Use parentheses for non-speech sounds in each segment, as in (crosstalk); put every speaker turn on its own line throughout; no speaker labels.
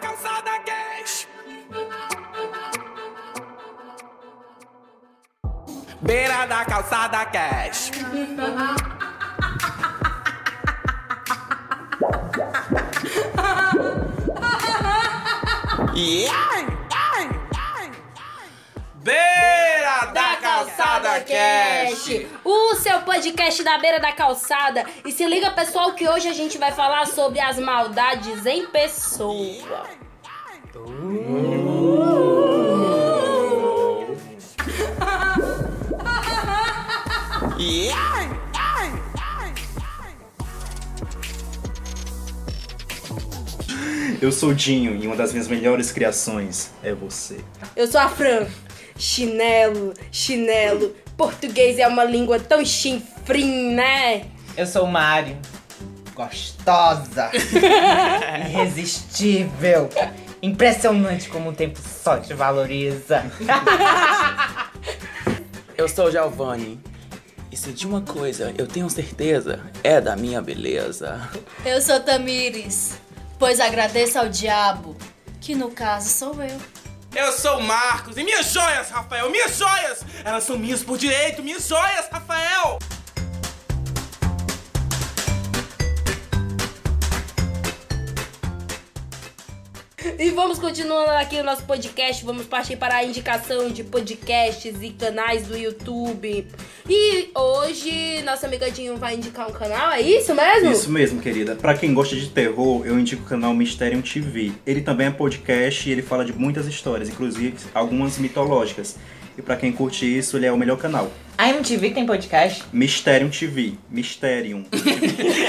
calçada quente. Beira da calçada cash. Yeah! Beira da calçada cash.
O seu podcast da beira da calçada. E se liga, pessoal, que hoje a gente vai falar sobre as maldades em pessoa.
Yeah!
Eu sou o Dinho e uma das minhas melhores criações é você.
Eu sou a Fran. Chinelo, chinelo. Português é uma língua tão chinfrim, né?
Eu sou o Mário.
(laughs)
Gostosa. Irresistível. Impressionante como o tempo só te valoriza.
Eu sou o Giovanni. E se de uma coisa eu tenho certeza, é da minha beleza.
Eu sou Tamires, pois agradeço ao diabo, que no caso sou eu.
Eu sou o Marcos e minhas joias, Rafael, minhas joias! Elas são minhas por direito, minhas joias, Rafael!
E vamos continuando aqui o nosso podcast. Vamos partir para a indicação de podcasts e canais do YouTube. E hoje, nossa amiga Dinho vai indicar um canal, é isso mesmo?
Isso mesmo, querida. Pra quem gosta de terror, eu indico o canal Mysterium TV. Ele também é podcast e ele fala de muitas histórias, inclusive algumas mitológicas. E pra quem curte isso, ele é o melhor canal.
A MTV tem podcast?
Mysterium TV. Mysterium.
Eu entendi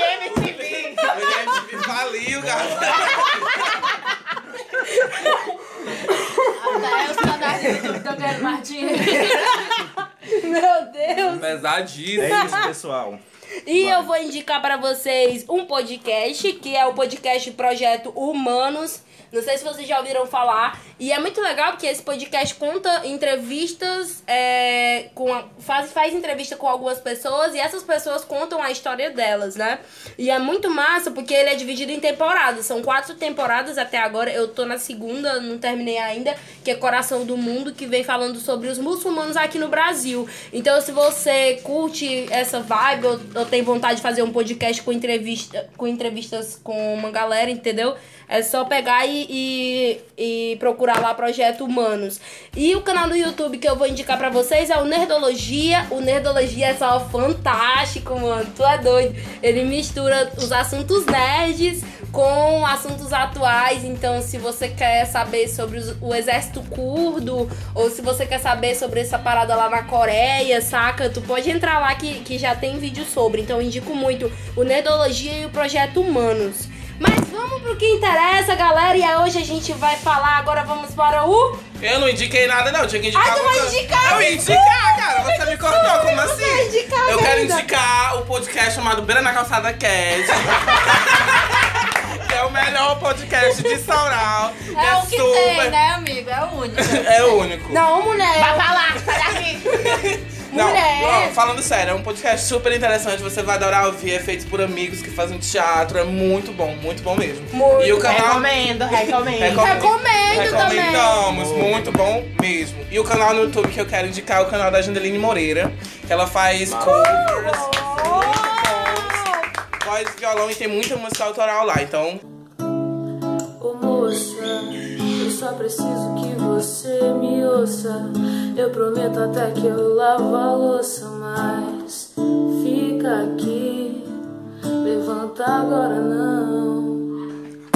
MTV.
Valeu, galera!
Até os canais do YouTube estão ganhando mais dinheiro.
Meu Deus!
Pesadíssimo!
é isso, pessoal.
E
Vai.
eu vou indicar para vocês um podcast, que é o podcast Projeto Humanos. Não sei se vocês já ouviram falar. E é muito legal porque esse podcast conta entrevistas, é, com a- faz, faz entrevista com algumas pessoas e essas pessoas contam a história delas, né? E é muito massa porque ele é dividido em temporadas. São quatro temporadas até agora. Eu tô na segunda, não terminei ainda, que é Coração do Mundo, que vem falando sobre os muçulmanos aqui no Brasil. Então, se você curte essa vibe ou, ou tem vontade de fazer um podcast com, entrevista, com entrevistas com uma galera, entendeu? É só pegar e, e, e procurar lá Projeto Humanos. E o canal do YouTube que eu vou indicar pra vocês é o Nerdologia. O Nerdologia é só fantástico, mano. Tu é doido. Ele mistura os assuntos nerds com assuntos atuais. Então, se você quer saber sobre os- o exército curdo, ou se você quer saber sobre essa parada lá na Coreia, saca? Tu pode entrar lá que, que já tem vídeo sobre. Então, eu indico muito o Nerdologia e o Projeto Humanos. Mas vamos pro que interessa, galera. E aí hoje a gente vai falar. Agora vamos para o. (laughs)
Eu não indiquei nada, não. Eu tinha que indicar.
Ah, tu vai
alguma coisa.
indicar,
Eu ia indicar, cara. Você me cortou, como assim?
vai indicar,
eu quero
querida.
indicar o podcast chamado Beira na Calçada
(laughs)
Cast. que é o melhor podcast de Saural. que
É o que
super...
tem, né, amigo? É o único.
É único.
Não, mulher. Vai falar.
Não,
mulher.
não, falando sério, é um podcast super interessante, você vai adorar ouvir, é feito por amigos que fazem teatro, é muito bom, muito bom mesmo.
Muito
e o canal
Recomendo, recomendo.
Recomendo também.
Recomendamos, muito bom mesmo. E o canal no YouTube que eu quero indicar é o canal da Jandeline Moreira, que ela faz covers, voz, violão e tem muita música autoral lá, então
Ô moça, eu só preciso que você me ouça. Eu prometo até que eu lavo a louça, mas fica aqui. Levanta agora não.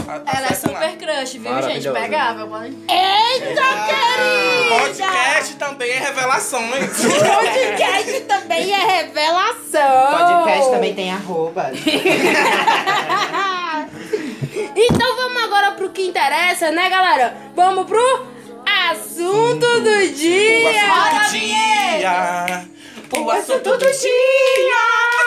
a-
Ela é
acessa tá, lá. Ah,
super crush, viu, gente?
Maravilhosa.
Pegável. pode-
(laughs)
Podcast também é revelações. (laughs)
Podcast também é revelação.
Podcast também tem (laughs) arrobas.
Então vamos agora pro que interessa, né, galera? Vamos pro assunto do
O
dia.
assunto do dia. O assunto do dia.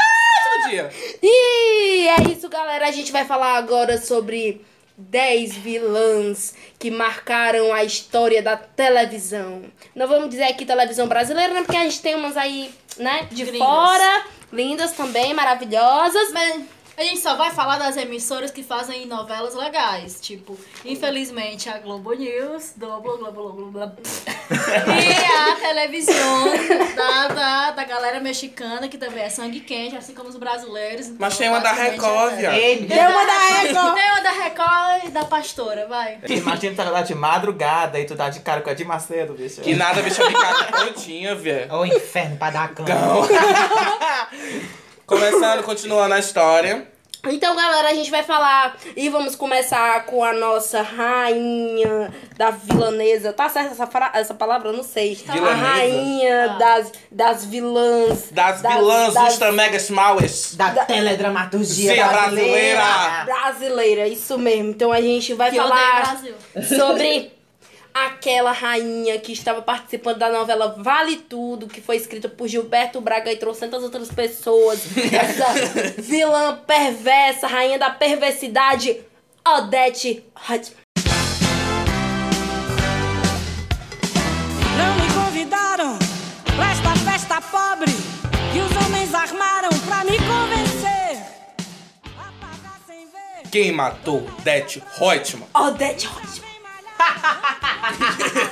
Assunto do dia.
E é isso, galera. A gente vai falar agora sobre 10 vilãs que marcaram a história da televisão. Não vamos dizer aqui televisão brasileira, né? Porque a gente tem umas aí, né, de
Gringas.
fora. lindas também, maravilhosas.
Mas a gente só vai falar das emissoras que fazem novelas legais. Tipo, infelizmente, a Globo News, Globo, Globo, Globo, Globo. (laughs) e a televisão da, da, da galera mexicana, que também é sangue quente, assim como os brasileiros.
Mas tem uma da Record,
Basicamente,
viado.
Ele.
é- Tem uma
(laughs)
da Record. Tem uma da Record e da Pastora, vai.
Imagina tu tá lá de madrugada e tu tá de cara com a de Macedo, bicho.
Que nada, bicha (laughs) picada todinha, viado.
Ô inferno pra dar cama.
Começando, continuando a história.
Então, galera, a gente vai falar e vamos começar com a nossa rainha da vilanesa. Tá certa essa, fra- essa palavra? Eu não sei. A
Vilanesa? Ah.
rainha
Tá.
das, das vilãs.
Das vilãs
das-
ultra mega smallest.
Da, teledramaturgia
Sim, a
brasileira.
brasileira.
Brasileira, isso mesmo. Então a gente vai
Que odeia o
falar
Brasil. (laughs)
sobre aquela rainha que estava participando da novela Vale Tudo, que foi escrita por Gilberto Braga e trouxe tantas outras pessoas. Essa vilã perversa, rainha da perversidade, Odete Hudson.
Não me convidaram pra esta festa pobre que os homens armaram pra me convencer. Apagar sem ver.
Quem matou Det Reutemann?
Odete Hudson.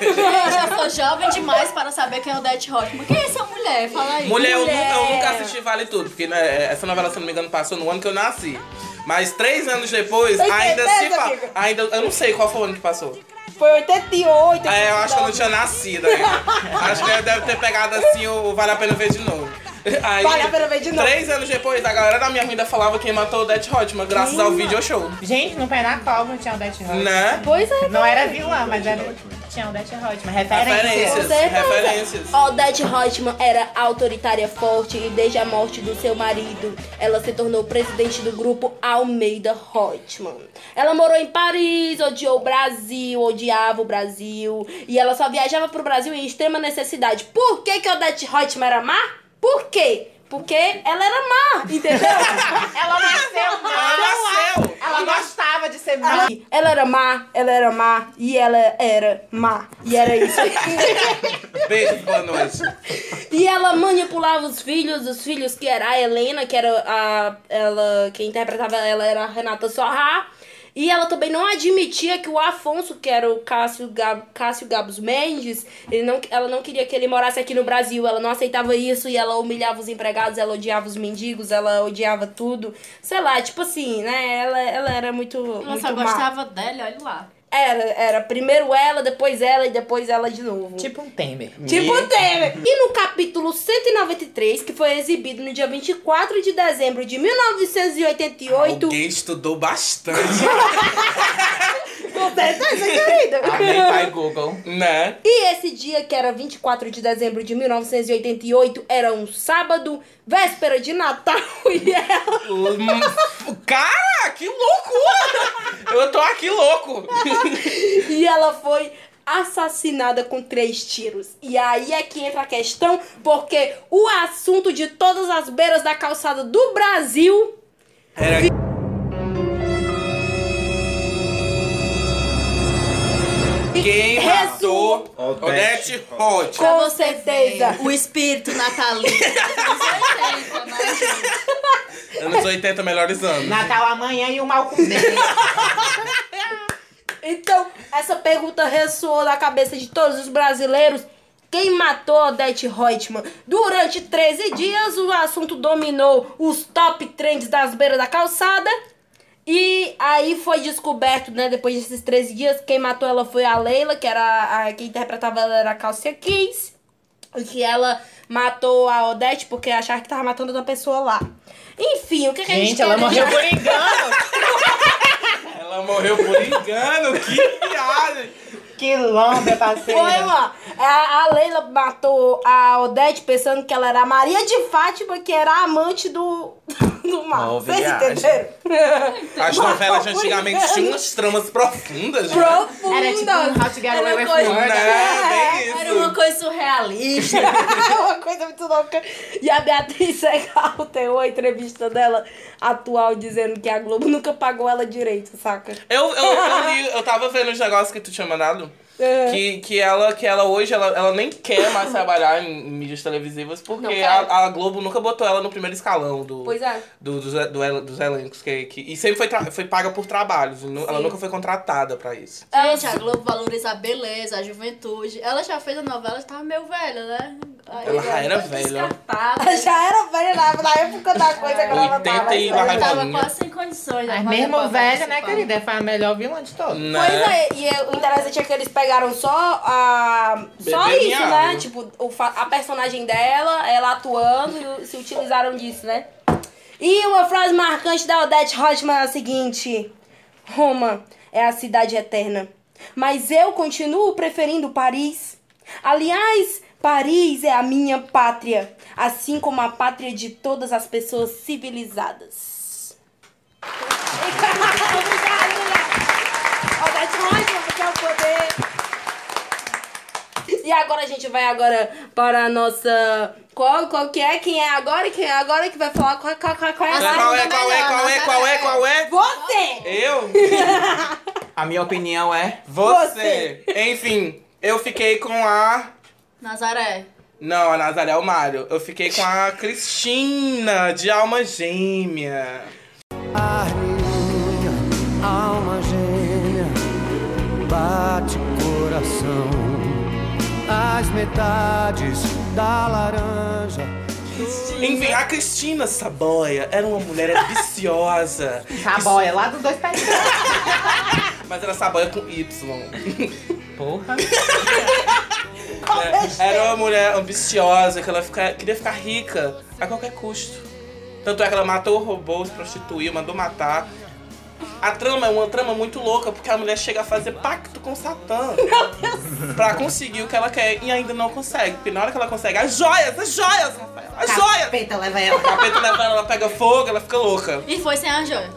Eu já sou jovem demais para saber quem é o Dead Rockman. Quem é essa mulher? Fala aí.
Mulher, eu
Mulher.
nunca, eu nunca assisti Vale Tudo, porque né, essa novela, se não me engano, passou no ano que eu nasci. Mas três anos depois,
Tem
ainda se
certeza,
fala.
amigo?
Ainda, eu não sei qual foi o ano que passou.
Foi 88.
É, eu acho que eu não tinha nascido ainda.
(laughs)
acho que eu deve ter pegado assim o Vale a Pena Ver de novo. Aí,
Vale a Pena Ver de novo.
Três anos depois, a galera da minha rua ainda falava quem matou o Det Hotman, graças ao video show.
Gente, no Penacova tinha o Death Hot.
Né?
Pois é.
Não era vilã, mas era... tinha o Death Hot, mas referência.
Referências. Referências.
Odette Reutemann era autoritária forte e desde a morte do seu marido, ela se tornou presidente do grupo Almeida Reutemann. Ela morou em Paris, odiou o Brasil, odiava o Brasil e ela só viajava pro Brasil em extrema necessidade. Por que que Odette Reutemann era má? Por quê? Porque ela era má, entendeu?
(laughs)
(laughs) Ela nasceu
Ela
mal.
nasceu!
Ela Ah. gostava de ser mal.
Ela- Ela era má, ela era má e ela era má. E era isso.
Beijo, boa noite.
E ela manipulava os filhos, os filhos que era a Helena, que era a. Ela. Quem interpretava ela era a Renata Sorrá. E ela também não admitia que o Afonso, que era o Cássio, Gab, Cássio Gabos Mendes, ele não, ela não queria que ele morasse aqui no Brasil. Ela não aceitava isso e ela humilhava os empregados, ela odiava os mendigos, ela odiava tudo. Sei lá, tipo assim, né? Ela, ela era muito.
Ela
muito
só
má.
gostava dela, olha lá.
Era, era primeiro ela, depois ela e depois ela de novo.
Tipo um Temer.
Tipo o Temer. E no capítulo 193, que foi exibido no dia 24 de dezembro de 1988.
Alguém estudou bastante,
Com certeza, tá querido.
(laughs)
Amém, pai Google.
né?
E esse dia, que era 24 de dezembro de 1988, era um sábado, véspera de Natal, (laughs) e ela.
Hum, Cara, que loucura! Eu tô aqui louco.
E ela foi assassinada com três tiros. E aí é que entra a questão, porque o assunto de todas as beiras da calçada do Brasil
Era quem matou Odete
Odete
Hot.
Com
Pra você
certeza.
ver O espírito natalino. Dos 80, né, gente?
Anos 80, melhores anos.
Natal amanhã e o mal com Deus.
Então, essa pergunta ressoou na cabeça de todos os brasileiros. Quem matou Odete Reutemann? Durante 13 dias, o assunto dominou os top trends das beiras da calçada. E aí foi descoberto, né, depois desses 13 dias, quem matou ela foi a Leila, que era a que interpretava ela era a Cálcia Kiss. E que ela matou a Odete porque achava que tava matando outra pessoa lá. Enfim, o que, que a gente
Gente, ela
quer-
morreu por engano.
Ela morreu por engano, que viagem!
que lomba, parceiro.
Foi, mano. A, a Leila matou a Odete pensando que ela era a Maria de Fátima, que era a amante do, (laughs) do mar.
Ó,
Vocês
viagem.
entenderam?
(laughs) As novelas de antigamente tinham umas tramas profundas, né?
Profunda.
Era tipo um How to Get Away
Era
with
coisa-
Murder.
Né? Bem
Era
isso.
uma coisa surrealista.
É uma coisa muito louca. E a Beatriz Segal tem uma entrevista dela atual dizendo que a Globo nunca pagou ela direito, saca? (laughs)
Eu, eu, eu, li, eu tava vendo os negócios que tu tinha mandado.
É.
Que, que, ela, que ela hoje ela, ela nem quer mais trabalhar em, em mídias televisivas
Não
porque
quer.
a, a Globo nunca botou ela no primeiro escalão do,
Pois é.
do, dos, do el- dos elencos. Que, que, e sempre foi, tra- foi paga por trabalhos. nu- Ela
Sim.
nunca foi contratada pra isso.
Gente, a Globo valoriza a beleza, a juventude. Ela já fez a novela, estava meio velha, né? Aí, tá
Ela já era
foi
velha.
descartada.
Já era velha lá na época da coisa que ela
80
tava. assim.
e
Ela tava
Rainha.
quase sem condições. né?
Mas
Mas
mesmo
depois
velha,
participar.
né, querida? Foi a melhor vilã de todas.
Né?
Pois é, e é- o interessante é que eles pegaram só a. Só
Bebê
isso,
miado.
né? Tipo, o fa- a personagem dela, ela atuando e o- se utilizaram disso, né? E uma frase marcante da Odette Rodman é a seguinte: Roma é a cidade eterna, mas eu continuo preferindo Paris. Aliás, Paris é a minha pátria, assim como a pátria de todas as pessoas civilizadas. Obrigada, mulher. Odete Rodman, porque é o poder. E agora a gente vai agora para a nossa... Qual, qual que é? Quem é agora? e Quem é agora que vai falar? Qual, qual, qual, qual é?
Ela
Qual é, qual é, qual é, qual é, qual é?
Você!
Eu? (laughs) A minha opinião é
Você.
você. Enfim, eu fiquei com a.
Nazaré.
Não, a Nazaré é o Mário. Eu fiquei com a Cristina, de alma gêmea.
alma gêmea, bate coração. As metades da laranja.
Enfim, a Cristina Saboia era uma mulher ambiciosa.
Tá bom, é lá dos dois pés.
Mas era Saboia com Y.
Porra. Tá,
Era uma mulher ambiciosa, que ela fica- queria ficar rica a qualquer custo. Tanto é que ela matou o robô, se prostituiu, mandou matar. A trama é uma trama muito louca, porque a mulher chega a fazer pacto com Satã pra conseguir o que ela quer e ainda não consegue. Porque na hora que ela consegue, as joias, as joias, Rafael, as
Tá
joias!
Capeta, leva ela.
O capeta leva ela, ela pega fogo, ela fica louca.
E foi sem a joia.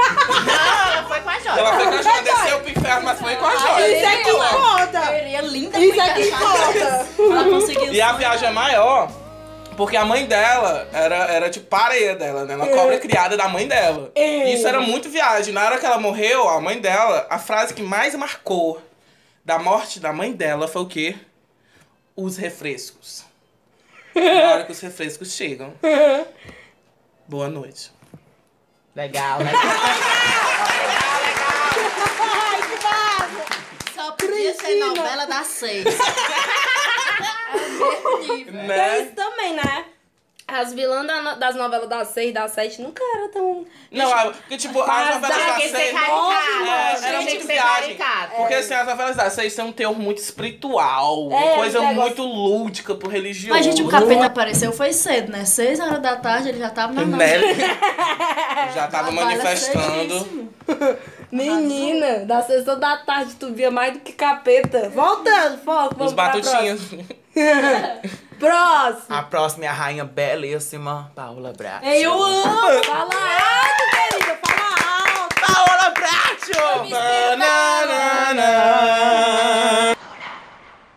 Ela foi com a joia.
Ela foi com a joia, desceu pro inferno, mas foi com a
Isso
joia.
é que conta!
Seria linda
Isso
pra
é que
encaixar.
conta!
Ela (laughs) conseguiu.
E a viagem é maior, porque a mãe dela era, era tipo pareia dela, né? Uma cobra criada da mãe dela. E Isso era muito viagem. Na hora que ela morreu, a mãe dela, a frase que mais marcou da morte da mãe dela foi o quê? Os refrescos. Na hora que os refrescos chegam. Boa noite.
Legal, legal.
Só podia ser novela das
(laughs)
seis. é o mesmo nível.
Tem
Né?
isso também, né? As vilãs da no- das novelas das 6, das 7 nunca eram tão.
Não, a- porque, tipo, a novela
Tinha
da
que é ser
série.
caricata.
É, era
Tinha que
muito
ser
viagem.
caricata.
Porque assim, as novelas da série são um teor muito espiritual, uma
É,
coisa
um negócio-
muito lúdica pro religioso.
Mas, gente, o capeta apareceu foi cedo, né? Seis horas da tarde ele já tava na novela.
Né?
(laughs)
Já tava
Trabalha
manifestando.
cedíssimo.
Menina, da sessão da tarde tu via mais do que capeta. Voltando, foco,
Os
vamos pra
batutinhos. (laughs)
próxima. Próximo!
A próxima é a rainha belíssima, Paula Brat.
Eu amo! Fala alto, querida, fala alto!
Paola Bracho! Bananana.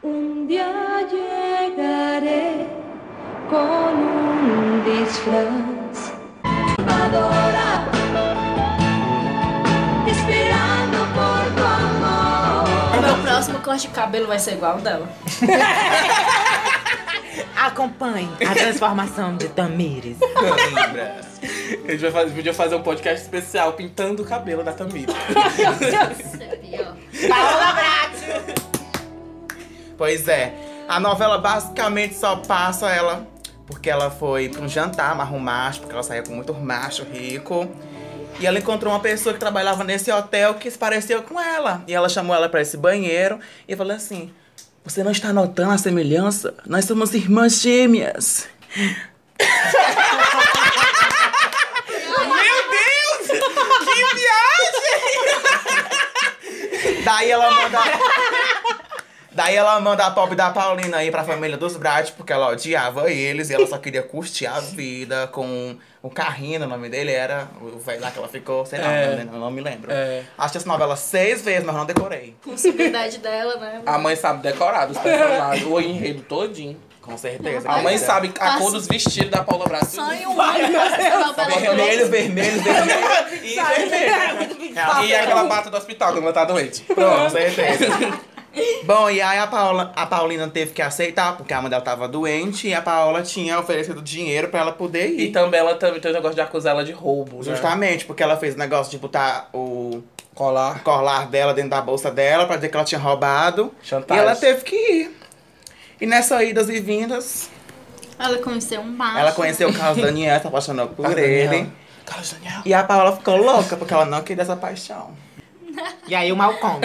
Un día llegaré con un disfraz. Adora, esperando por tu amor.
O meu próximo corte de cabelo vai ser igual ao dela.
Acompanhe a transformação de Tamires.
A gente vai fazer, podia fazer um podcast especial pintando o cabelo da Tamira.
Seria, ó.
(laughs) Paola Brat.
Pois é, a novela basicamente só passa ela porque ela foi pra um jantar marrom macho, porque ela saía com muito macho rico. E ela encontrou uma pessoa que trabalhava nesse hotel que se parecia com ela. E ela chamou ela pra esse banheiro e falou assim: Você não está notando a semelhança? Nós somos irmãs gêmeas. Daí ela manda. (laughs) Daí ela manda a pobre da Paulina aí pra família dos Brat, porque ela odiava eles e ela só queria curtir a vida com o carrinho, o nome dele era. O velho lá que ela ficou, sei lá,
É.
não, não me lembro.
É.
Achei essa novela seis vezes, mas não decorei.
Possibilidade dela, né?
A mãe sabe decorar dos personagens, o enredo todinho.
Com certeza.
A mãe
querida.
sabe a cor dos vestidos da Paula Brasil.
Sonho
(laughs)
único. Essa novela
Vermelho, vermelho, um vermelho.
E, e aquela bata do hospital quando ela tá doente.
Não, com certeza.
Bom, e aí a, Paola, a Paulina teve que aceitar, porque a mãe dela tava doente e a Paola tinha oferecido dinheiro pra ela poder ir.
E também ela também tem o negócio de acusar ela de roubo.
É.
né?
Justamente, porque ela fez o negócio de botar o
Colar.
colar dela dentro da bolsa dela pra dizer que ela tinha roubado.
Chantagem.
E ela teve que ir. E nessas idas e vindas,
Ela conheceu um macho.
ela conheceu o
(laughs)
Carlos Daniel, se apaixonou por
Carlos
ele.
Daniel. Carlos Daniel.
E a Paola ficou louca porque ela não queria essa paixão.
E aí o Malcolm.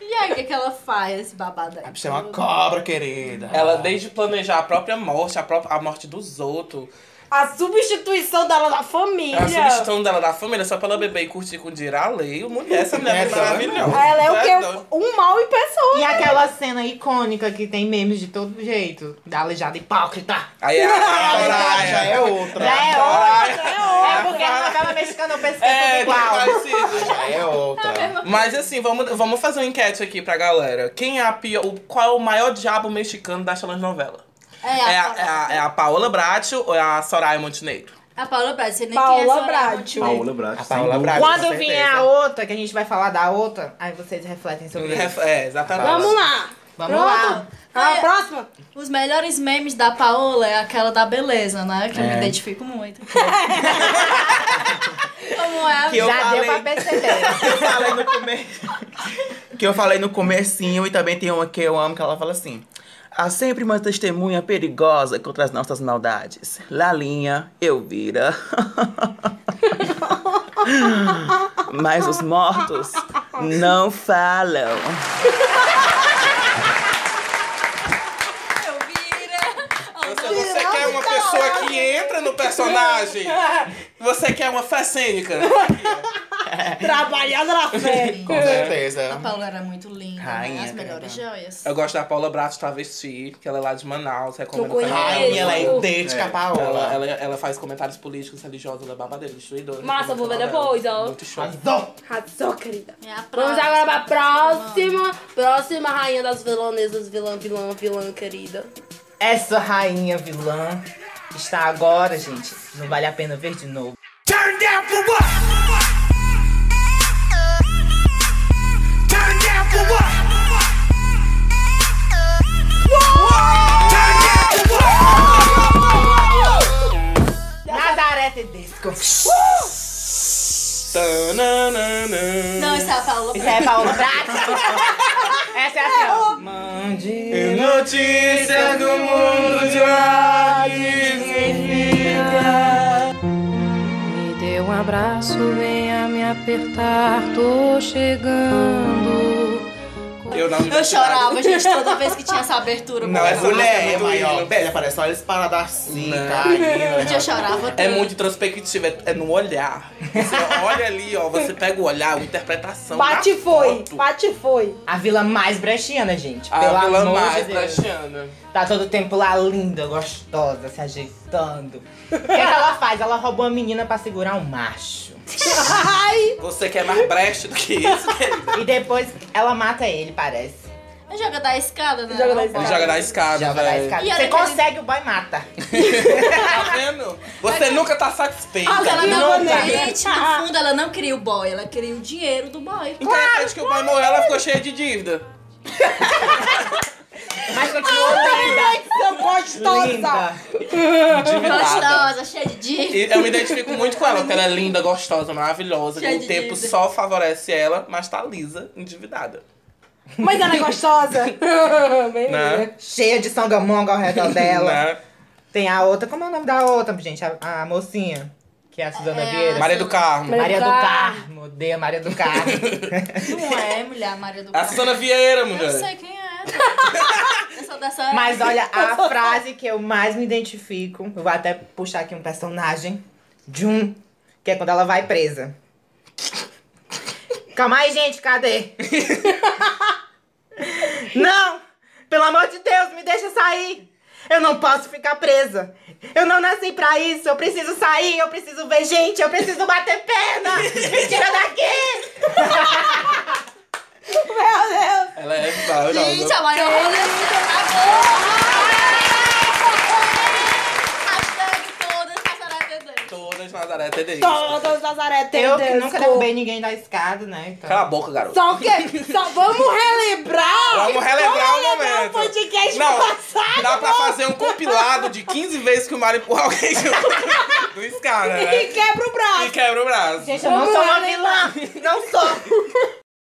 E aí, o que, que ela faz, esse babado aí?
A bicha é uma cobra, querida.
Ela desde planejar a própria morte, a, própria, a morte dos outros,
A substituição dela da família.
É a substituição dela da família só pra ela beber e curtir com dinheiro alheio. Mulher, essa mulher é
Essa, né?
maravilhosa.
Ela é o
doido.
quê? Um mal em pessoa.
E aquela cena icônica que tem memes de todo jeito. Da aleijada hipócrita.
Aí é a, a,
A
Soraya.
Soraya já é outra.
Já é
Caralho.
outra, é outra. É porque a novela mexicana eu penso que é,
É,
tudo igual.
parecido.
Já é outra.
Mas assim, vamos, vamos fazer uma enquete aqui pra galera. Quem é a pior. o- Qual é o maior diabo mexicano da novela?
É a,
É a, é
Paola-
a, é a Paola Bracho ou é a Soraya Montenegro?
a Paola Brat, você nem
Paola
quem é Soraya
Brat.
Montenegro.
Paola Brat.
A Paola Brat. com
Quando
certeza.
vier a outra, que a gente vai falar da outra, aí vocês refletem sobre isso.
É, exatamente.
Vamos lá.
Vamos lá.
Ah, próxima.
Os melhores memes da Paola é aquela da beleza, né? Que eu
É.
me
(laughs)
identifico muito. Como é? a
Que eu
Já
falei.
deu pra
(laughs)
perceber.
que eu falei no começo. que eu falei no comecinho e também tem uma que eu amo que ela fala assim. Há sempre uma testemunha perigosa contra as nossas maldades. Lalinha, Elvira. (laughs) Mas os mortos não falam.
Você, você quer uma pessoa que entra no personagem? Você quer uma facênica?
Trabalhada na fé.
Com certeza.
A Paola era muito linda, né?
Rainha,
As melhores joias.
Eu gosto da Paula Brato Travesti, que ela é lá de Manaus, recomendo
Não conheço.
pra
Ah,
galera.
Rainha, ela é idêntica à
Ela,
Paola.
ela, ela faz comentários políticos, religiosos, ela é babadeira, destruidora.
Massa, vou ver
Ela é
depois, ó.
Muito show.
Razão, querida.
É a
Vamos agora pra próxima. Próxima rainha das vilanesas, vilã, vilã, vilã, querida.
Essa rainha vilã está agora, gente. Não vale a pena ver de novo. Nazaré Tedesco. Isso
Tananana.
Não, isso é a Paola Brat.
é Paola Brat. Essa é a senhora.
E notícias do mundo de lá significa.
Me dê um abraço, venha me apertar, tô chegando.
Eu não
Eu chorava, gente, toda vez que tinha essa abertura.
Não,
com
essa
ela.
mulher
Mulher
é
é
muito
maior.
linda.
Velha, parece olha esse parada assim,
Não.
tá? linda.
Gente, eu chorava tanto.
É muito introspectivo, é, é no olhar. Você olha ali, ó, você pega o olhar, a interpretação.
Bate
da
foi,
foto. Ah,
bate foi.
A vila mais brechiana, gente.
A
Pelo
vilã
amor
mais
de Deus.
Tatiana.
Tá todo tempo lá linda, gostosa, se ajeitando. O que, é que ela faz? Ela roubou uma menina pra segurar um macho.
Você quer mais brecha do que isso, querida?
E depois ela mata ele, parece.
É joga da escada, né?
Joga da escada.
Não,
Ele
bora.
joga na escada,
Joga na
velho.
escada.
E
Você
olha que ele-
consegue, o boy mata.
Tá vendo? Você nunca tá satisfeito.
Mas ela
Não,
não,
cara.
gente, no fundo, ela não queria o boy, ela queria o dinheiro do boy.
Interessante que o pai morreu, ela ficou cheia de dívida.
Mas continua linda.
Seu gostosa.
Linda.
Endividada.
Gostosa, cheia de dívida.
E eu me identifico muito com ela, porque ela é linda, gostosa, maravilhosa.
Cheia
que
de
o tempo
dívida.
só favorece ela, mas tá lisa, endividada.
Mas ela é gostosa. Bem linda.
Né?
Cheia de sangamonga ao redor dela.
(laughs) Né?
Tem a outra, como é o nome da outra, gente? A, a mocinha, que é a Suzana Vieira.
Maria do Carmo.
Maria do
Car-
Carmo, odeio a Maria do Carmo.
(laughs)
Não é mulher, a Maria do
A
Carmo.
Susana Vieira,
Eu não
mulher.
sei quem é. Eu sou dessa
Mas olha,
(laughs)
a frase que eu mais me identifico, eu vou até puxar aqui um personagem, Jun, que é quando ela vai presa. Calma aí,
(laughs)
gente, cadê? não! Pelo amor de Deus, me deixa sair! Eu não posso ficar presa! Eu não nasci pra isso! Eu preciso sair! Eu preciso ver gente! Eu preciso bater perna! Me tira daqui!
(laughs)
Ela é maravilhosa.
Gente, a Maria Rosa é muito amor! Hashtag todas, é hashtag
Todas na Nazaré TDI.
Todas as aretas.
Eu que nunca derrubei ninguém da escada, né? Então.
Cala a boca, garoto.
Só que. Só vamos relembrar.
Vamos relembrar o momento.
o podcast
Não,
passado.
dá pra fazer um compilado de 15 vezes que o Mário empurra alguém do, do escada,
E
né?
quebra o braço.
E quebra o braço.
Gente, eu não sou uma vilã. Não sou. (laughs)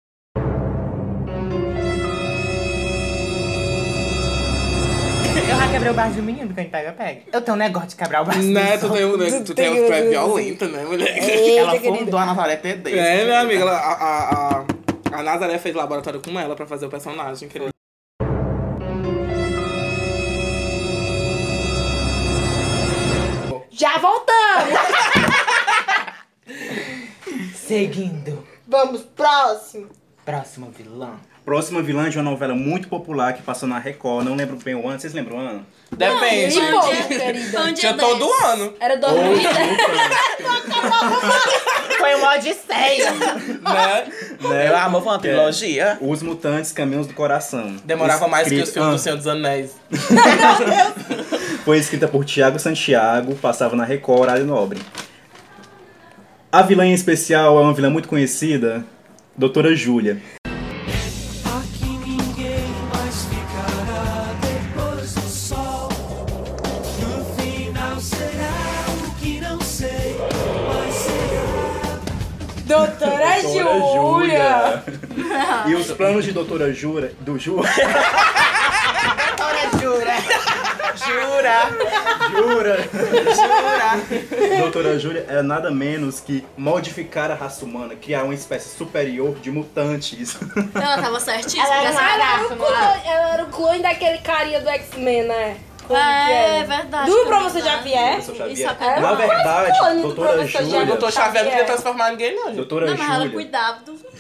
Eu já quebrei o braço de um menino quando pega, pega. Eu tenho um negócio de quebrar o braço.
assim,
Né,
dos
tu tem, um- né, tu tem um tu é violenta, né,
É,
mulher?
Ela fundou a Nazaré TD.
É, minha amiga, ela- a, a, a, a Nazaré fez laboratório com ela pra fazer o personagem, querida.
Já voltamos.
outros. Seguindo.
vamos, próximo.
Próximo vilão.
Próxima vilã de uma novela muito popular que passou na Record, não lembro bem o ano, vocês lembram o ano?
Depende.
Não,
Onde
Pô, querida.
é, onde
Tinha
é
todo um-
dez?
ano.
Era 2010.
Foi uma odisseia. (laughs)
Né?
(laughs)
Meu amor, foi uma trilogia.
Os Mutantes Caminhos do Coração.
Demorava mais que os
Escrita-
filmes do Senhor dos Anéis.
Ah, Foi escrita por Tiago Santiago, passava na Record, horário nobre. A vilã em especial é uma vilã muito conhecida, Doutora Júlia.
Doutora Júlia.
E os planos de Doutora Jura,
(laughs)
do Ju,
Doutora Jura.
Jura?
Jura,
Jura?
Doutora Júlia era nada menos que modificar a raça humana, criar uma espécie superior de mutantes. (laughs)
Ela tava certíssima.
Ela era
essa-
Ela era,
Caraca,
o clone, ela era o clone daquele carinha do X-Men, né? Como que né?
É,
era?
verdade.
Do
que eu
Professor
não lembro.
Xavier?
Professor
Isso
Xavier.
é
Na
verdade.
verdade,
clone do
Doutora
professor É.
O
Júlia.
Júlia,
doutor Xavier tá- não
Xavier.
queria transformar ninguém, não, gente.
Doutora
Não, mas ela
Júlia,
cuidava do...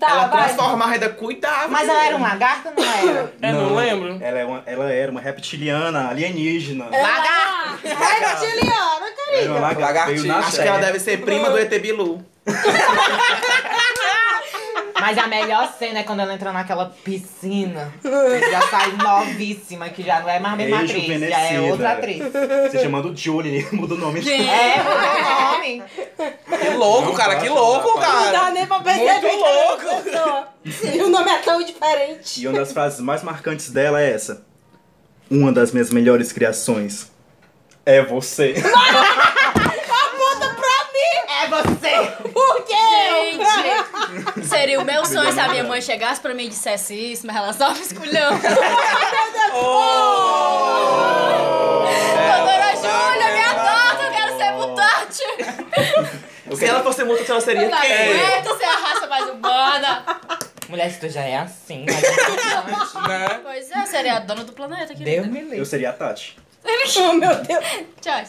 Tá,
Ela
vai.
transformava, ainda cuidava.
Mas ela era um lagarto ou não era?
É, não,
Não.
lembro.
ela, é uma- ela era uma reptiliana, alienígena.
um Lagarto.
Reptiliana, cara.
Era uma lagarta, veio na
Acho que ela
Terra.
deve ser prima do ET Bilu.
(laughs) Mas a melhor cena é quando ela entra naquela piscina. E já sai novíssima, que já não é mais a mesma atriz. Já é outra
Rejuvenescida.
atriz.
Se chamando Julie, (laughs) muda né? o nome.
É, mudou o nome.
Que louco,
Não,
cara,
não,
que
não,
louco,
não,
Não dá
cara.
nem pra perceber
Muito
que era uma pessoa. E o nome é tão diferente.
E uma das frases mais marcantes dela é essa. Uma das minhas melhores criações é você.
Aponta pra mim!
É você.
Por quê?
Gente, seria o meu sonho se a minha mãe chegasse pra mim e dissesse isso, mas ela só
(laughs)
me esculhou. Doutora Júlia, me adota, eu quero ser mutante.
Se ela fosse mutante, ela seria
Eu não né?
quem?
aguento ser a raça mais humana.
Mulher, se tu já é assim. mas-
Né?
Pois é, eu seria a dona do planeta, querida.
Deus me livre.
Eu seria a Tati.
Oh, meu Deus.
Tchau.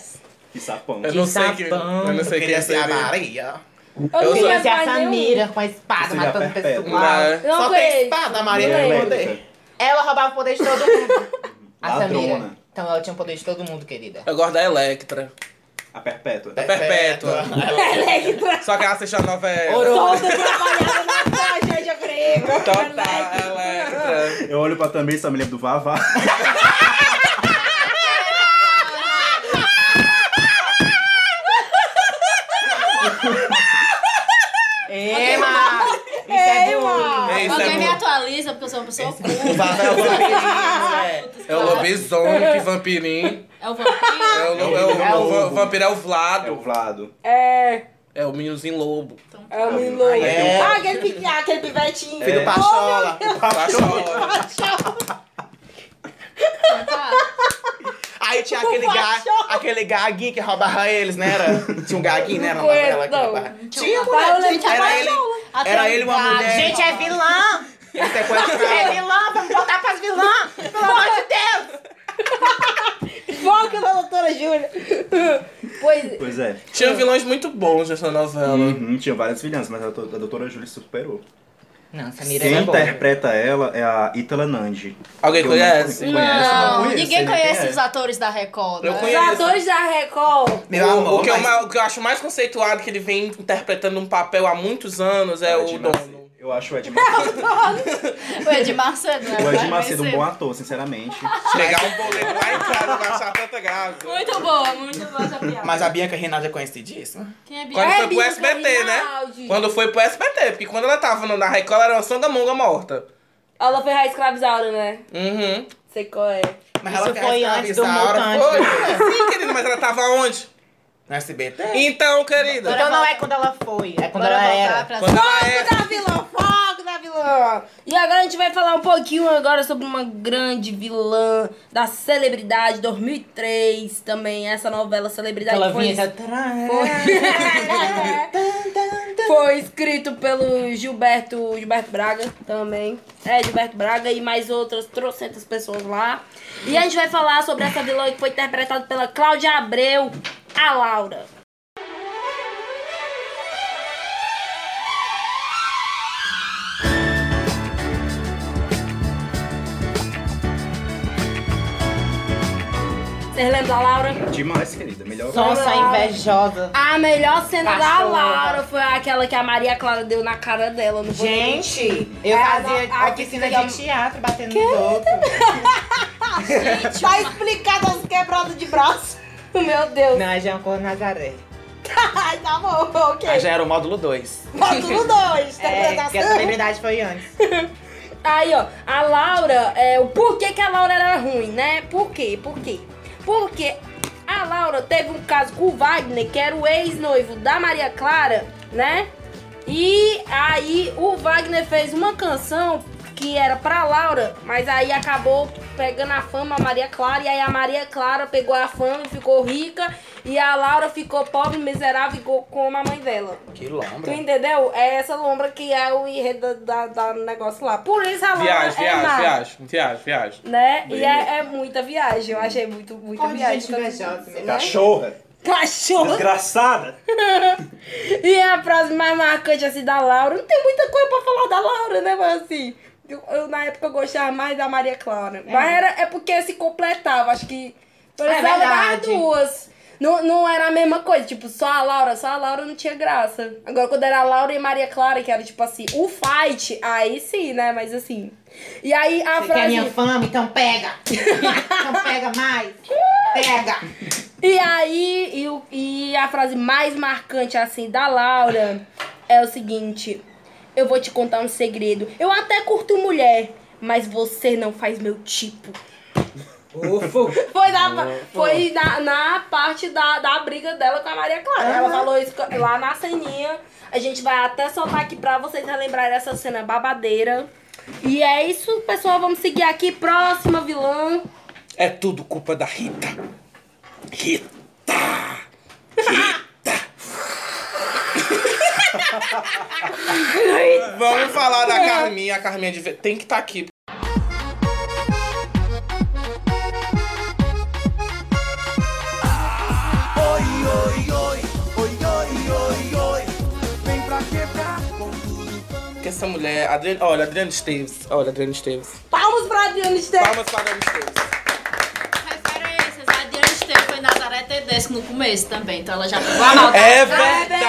Que sapão.
Eu não sei que.
sapão.
Eu não sei
Eu
quem é
queria ser a
seria.
Maria.
Eu não
sou-
queria
Se a
mais nenhum.
Samira com a espada
Você já
matando
perpétua.
pessoal.
Né?
Não
Só
conheço.
tem espada, a Maria
Mulher
tem
elétrica.
poder.
Ela roubava o poder de todo mundo. A
Ladrona.
Samira. Então ela tinha o poder de todo mundo, querida.
Eu gosto da Electra.
A perpétua.
É
Perpétua.
Electra.
Só que ela assiste a novela.
Toda trabalhada na tarde, eu já grego.
Total, Electra.
Eu olho pra também, só me lembro do Vavá.
Ema! Isso é bullying.
Ei, isso é
Alguém me
muito-
atualiza, porque eu sou uma pessoa
O
curva.
Vavá é o vampirinho, né?
É o lobisomem, que vampirim.
É o vampiro.
É o, lo- é o-
É o-
o va- vampiro é o
É o
Vlado.
Vlado. um
É,
É o meninozinho lobo.
é o menino louco.
É.
Ah, aquele, pi- ah, aquele pivetinho.
É.
Filho do Pachola.
um Pachola.
Aí tinha aquele, ga, aquele gaguinho que roubava eles, né? Era, tinha um gaguinho, né? Na
Não conheço,
novela que
não.
roubava.
um
Tinha,
Ah, eu
mulher.
lembro
Gente, era
de
ele,
Até
era
um
ele uma
gato.
mulher.
Gente, é vilã!
ele sequestrava.
É vilã! Vamos voltar pras vilãs! Pelo amor de Deus!
Foca na doutora Júlia. Pois
Pois é.
Tinha vilões muito bons nessa novela.
Uhum, tinha várias vilhãs, mas a, do- a doutora Júlia superou.
Não, Samira
Quem
é
né?
boa.
interpreta ela é a Itala Nandi.
Alguém
Eu não
conhece?
conheço.
Não,
Não conheço,
ninguém
ele
conhece
conhece.
os atores da Record.
Eu
né?
Os
conheço.
atores da Record.
Meu amor,
o, que eu
mas-
é ma- o que eu acho mais conceituado que ele vem interpretando um papel há muitos anos é
Ela
o
de
dono.
nascer. Eu acho o Ed Macedo,
O Edmar Cedo. né?
o Ed
Vai
Macedo um
vencer.
bom ator, sinceramente.
Pegar um boleto lá em casa pra achar tanta gávea.
Muito boa, muito boa essa piada.
Mas a Bianca Rinaldi é conhecidíssima.
Quem é Bianca?
Quando
É,
foi pro
Bianca
SBT,
Rinaldi.
né? Quando foi pro SBT, porque quando ela tava no- na Record, ela era uma sangamonga morta.
Ela foi a escravizaura, né?
Uhum.
Sei qual é.
Mas
Isso
ela quer
foi antes do
escravizar, ora
Mutante.
foi.
Sim, querida, mas ela tava onde?
No SBT.
Então, querida.
Então não é quando ela foi, é quando
Bora
ela
voltar
era.
pra
Quando ela é.
Foco da vilã, foco da vilã. E agora a gente vai falar um pouquinho agora sobre uma grande vilã da celebridade 2003 também. Essa novela Celebridade
Aquela
foi,
vinheta.
(laughs) foi escrito pelo Gilberto, Gilberto Braga também. É, Gilberto Braga e mais outras trocentas pessoas lá. E a gente vai falar sobre essa vilã que foi interpretada pela Cláudia Abreu, a Laura. Vocês lembram da Laura?
Demais, querida. é Melhor.
Nossa, invejosa.
A melhor cena da
Cachorra.
Laura foi aquela que a Maria Clara deu na cara dela no
Gente, eu
É,
fazia
a- a
a oficina
oficina-
de teatro batendo nos (laughs) outros.
Tá explicado as quebradas de
(laughs)
braço.
banheiro. Meu Deus.
Não, já é uma cor Nazaré.
Ai, tá bom, ok.
Aí já era o módulo 2.
Módulo 2,
tá
É, porque a
interpretação.
celebridade foi antes.
Aí, ó, a Laura, é, o porquê que a Laura era ruim, né? Por quê? Por quê? Porque a Laura teve um caso com o Wagner, que era o ex-noivo da Maria Clara, né? E aí o Wagner fez uma canção que era pra Laura, mas aí acabou pegando a fama a Maria Clara, e aí a Maria Clara pegou a fama e ficou rica, e a Laura ficou pobre, miserável, igual como a mãe dela.
Que
Tu
lombra.
entendeu? É essa lombra que é o enredo da, da, da negócio lá. Por isso a lombra
Viagem,
é má,
viagem, viagem, viagem, viagem.
Né? E é, é muita viagem. Eu achei muito, muita
é?
viagem. também, né?
Cachorra!
Cachorro!
Desgraçada!
(laughs) E é a frase mais marcante assim da Laura. Não tem muita coisa pra falar da Laura, né? Mas assim. Eu, eu, na época eu gostava mais da Maria Clara. Mas era, é porque se completava. Acho que precisava das
É verdade.
duas. Não, não era a mesma coisa, tipo, só a Laura, só a Laura não tinha graça. Agora, quando era a Laura e Maria Clara, que era tipo assim, o fight, aí sim, né? Mas assim. E aí a
Você quer
frase.
minha fama? Então pega! então pega mais! Pega!
E aí, e, o- e a frase mais marcante, assim, da Laura é o seguinte: Eu vou te contar um segredo. Eu até curto mulher, mas você não faz meu tipo. Foi, na, foi na, na parte da, da briga dela com a Maria Clara. Ela falou isso co- lá na ceninha. A gente vai até soltar aqui pra vocês relembrarem essa cena babadeira. E é isso, pessoal. Vamos seguir aqui. Próxima vilã.
É tudo culpa da Rita. Rita. Rita. Vamos falar da Carminha. A Carminha deve- tem que estar aqui. Porque essa mulher, Adriana, olha, Adriana Esteves, olha, Adriana Esteves.
Palmas pra Adriana Esteves.
Palmas para Adriana Esteves.
Referências. A Diana Esteves foi Nazaré Tedesco no começo também, então ela já pegou a malta.
É verdade!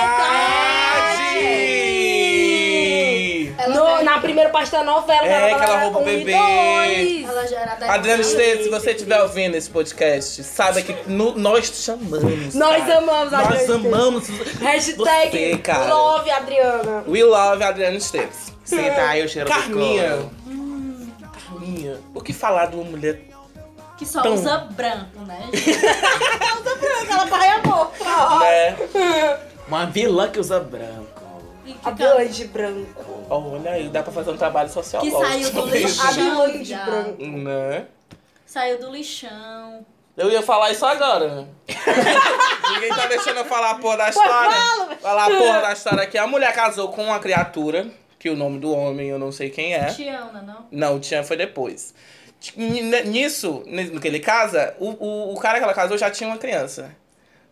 No, na primeira parte da novela,
É,
na novela
que ela
era
rouba o
um e
bebê.
dois.
Ela já era da
Adriano Esteves, se você estiver ouvindo esse podcast, saiba que no- nós te chamamos.
Nós
cara.
amamos a
Nós
Adriana
amamos
Hashtag
você, cara.
Love Adriana.
We love Adriano Esteves.
Senta aí o tá, cheiro
Carminha.
do couro.
Hum, Carminha. O que falar de uma mulher
Que só
Tão.
usa branco, né?
(laughs)
gente?
Ela vai amor.
né?
Uma vilã que usa branco.
E que
A
tá-
vilã de branco.
Olha aí, dá pra fazer um trabalho
Que
sociológico.
saiu do
A
lixão.
vilã de
já.
branco.
Né?
Saiu do lixão.
Eu ia falar isso agora. né? (laughs) Ninguém tá deixando eu falar a porra da história. Falar a porra da história aqui. A mulher casou com uma criatura, que o nome do homem eu não sei quem é.
Tiana, né, não?
Não, o Tian foi depois. Ti- n- Nisso, n- no que ele casa, o, o, o cara que ela casou já tinha uma criança.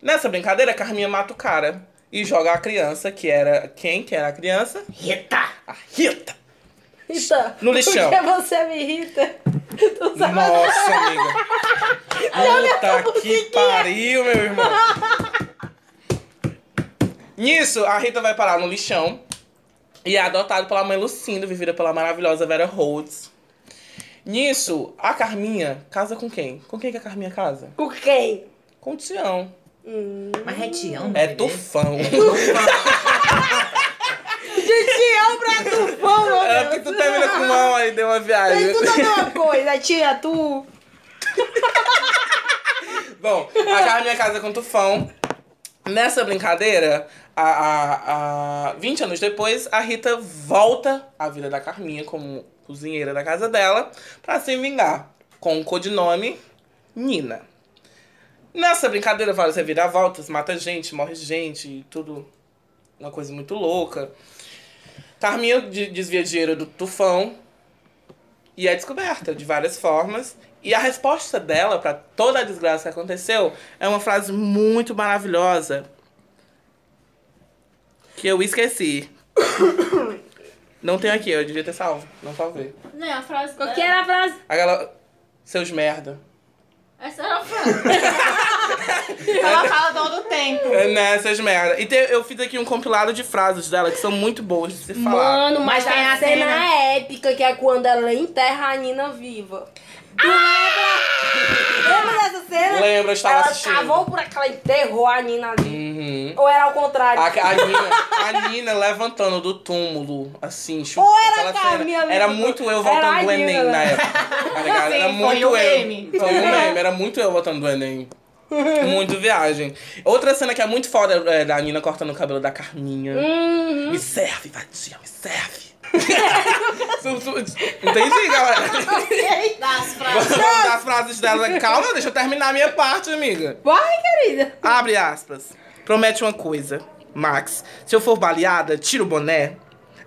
Nessa brincadeira, a Carminha mata o cara e joga a criança, que era quem que era a criança? Rita! A Rita!
Rita,
No lixão.
Então, Porque você me irrita. Tu sabe (laughs)
Nossa, amiga! Puta que
é?
pariu, meu irmão! Nisso, a Rita vai parar no lixão. E é adotado pela mãe Lucinda, vivida pela maravilhosa Vera Holtz. Nisso, a Carminha casa com quem? Com quem que a Carminha casa?
Com quem?
Com o Tião.
Mas é Tião,
É
né?
tufão.
(laughs) Tião pra tufão, meu
É porque tu termina com mão aí, deu uma viagem.
Tem tudo
(laughs)
a mesma coisa, tia, tu.
Bom, a Carminha casa com o Tufão. Nessa brincadeira, a, a, a- 20 anos depois, a Rita volta à vida da Carminha como cozinheira da casa dela pra se vingar com o codinome Nina. Nessa brincadeira, várias reviravoltas, mata gente, morre gente e tudo. Uma coisa muito louca. Carminha de- desvia dinheiro do Tufão e é descoberta de várias formas. E a resposta dela pra toda a desgraça que aconteceu é uma frase muito maravilhosa que eu esqueci. Não tenho aqui, eu devia ter salvo, não salvei.
Não, a frase
Qual
dela-
que era a frase?
A galera, seus merda.
Essa era a frase.
Ela fala todo o tempo.
É, né, seus merda. E tem- eu fiz aqui um compilado de frases dela que são muito boas de se falar.
Mano, mas,
Mas tem
a
a
cena,
cena.
épica que é quando ela enterra a Nina viva. Tu Ah! lembra? Lembra dessa cena?
Lembro, eu estava
ela
assistindo.
cavou por aquela, enterrou a Nina ali.
Uhum.
Ou era ao contrário?
A, a, Nina, a Nina levantando do túmulo, assim, chupando.
Ou
aquela
era a Carminha
cena.
mesmo.
Era muito eu
Era a
voltando do Enem
Nina.
na época. Tá ligado? Era
Sim,
muito
foi um
eu.
meme.
Foi um meme, Era muito eu voltando do Enem. Muito viagem. Outra cena que é muito foda é da Nina cortando o cabelo da Carminha.
Uhum.
Me serve, vadia, me serve. (laughs) Su- su- Entendi,
(laughs)
galera.
Das frases.
Vamos dar frases dela. Calma, deixa eu terminar a minha parte, amiga.
Vai, querida.
Abre aspas. Promete uma coisa, Max. Se eu for baleada, tira o boné.